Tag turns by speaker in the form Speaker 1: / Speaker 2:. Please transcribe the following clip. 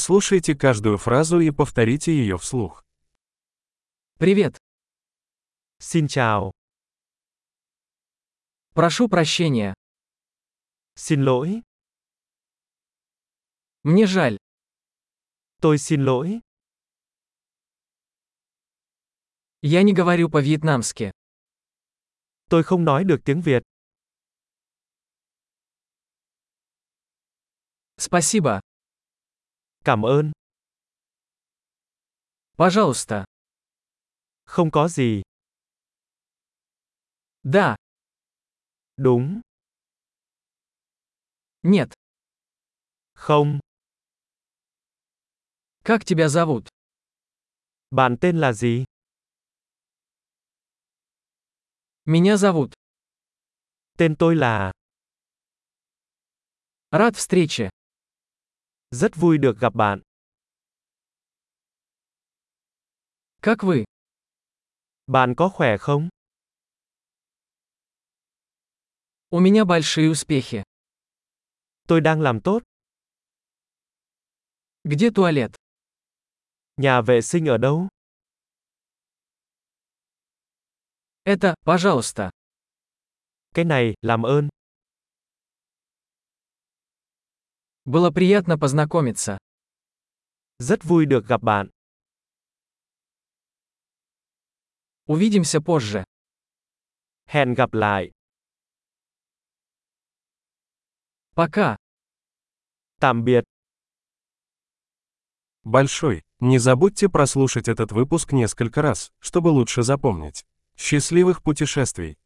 Speaker 1: Прослушайте каждую фразу и повторите ее вслух.
Speaker 2: Привет.
Speaker 3: Xin chào,
Speaker 2: Прошу прощения.
Speaker 3: xin lỗi,
Speaker 2: Мне жаль.
Speaker 3: tôi xin lỗi,
Speaker 2: Я не говорю по-вьетнамски.
Speaker 3: tôi không nói được tiếng Việt,
Speaker 2: Спасибо.
Speaker 3: cảm ơn,
Speaker 2: Пожалуйста.
Speaker 3: không có gì,
Speaker 2: Да.
Speaker 3: đúng,
Speaker 2: Нет.
Speaker 3: không,
Speaker 2: Как тебя зовут?
Speaker 3: bạn tên là gì?
Speaker 2: Меня зовут.
Speaker 3: Tên tôi là,
Speaker 2: Рад встрече.
Speaker 3: rất vui được gặp bạn,
Speaker 2: Как вы?
Speaker 3: bạn có khỏe không?
Speaker 2: У меня большие успехи.
Speaker 3: Tôi đang làm tốt,
Speaker 2: Где туалет?
Speaker 3: nhà vệ sinh ở đâu?
Speaker 2: Это, пожалуйста.
Speaker 3: Cái này, làm ơn,
Speaker 2: Было приятно познакомиться.
Speaker 3: rất vui được gặp bạn,
Speaker 2: Увидимся позже.
Speaker 3: hẹn gặp lại,
Speaker 2: Пока.
Speaker 3: tạm biệt.
Speaker 1: Большой. Не забудьте прослушать этот выпуск несколько раз, чтобы лучше запомнить. Счастливых путешествий!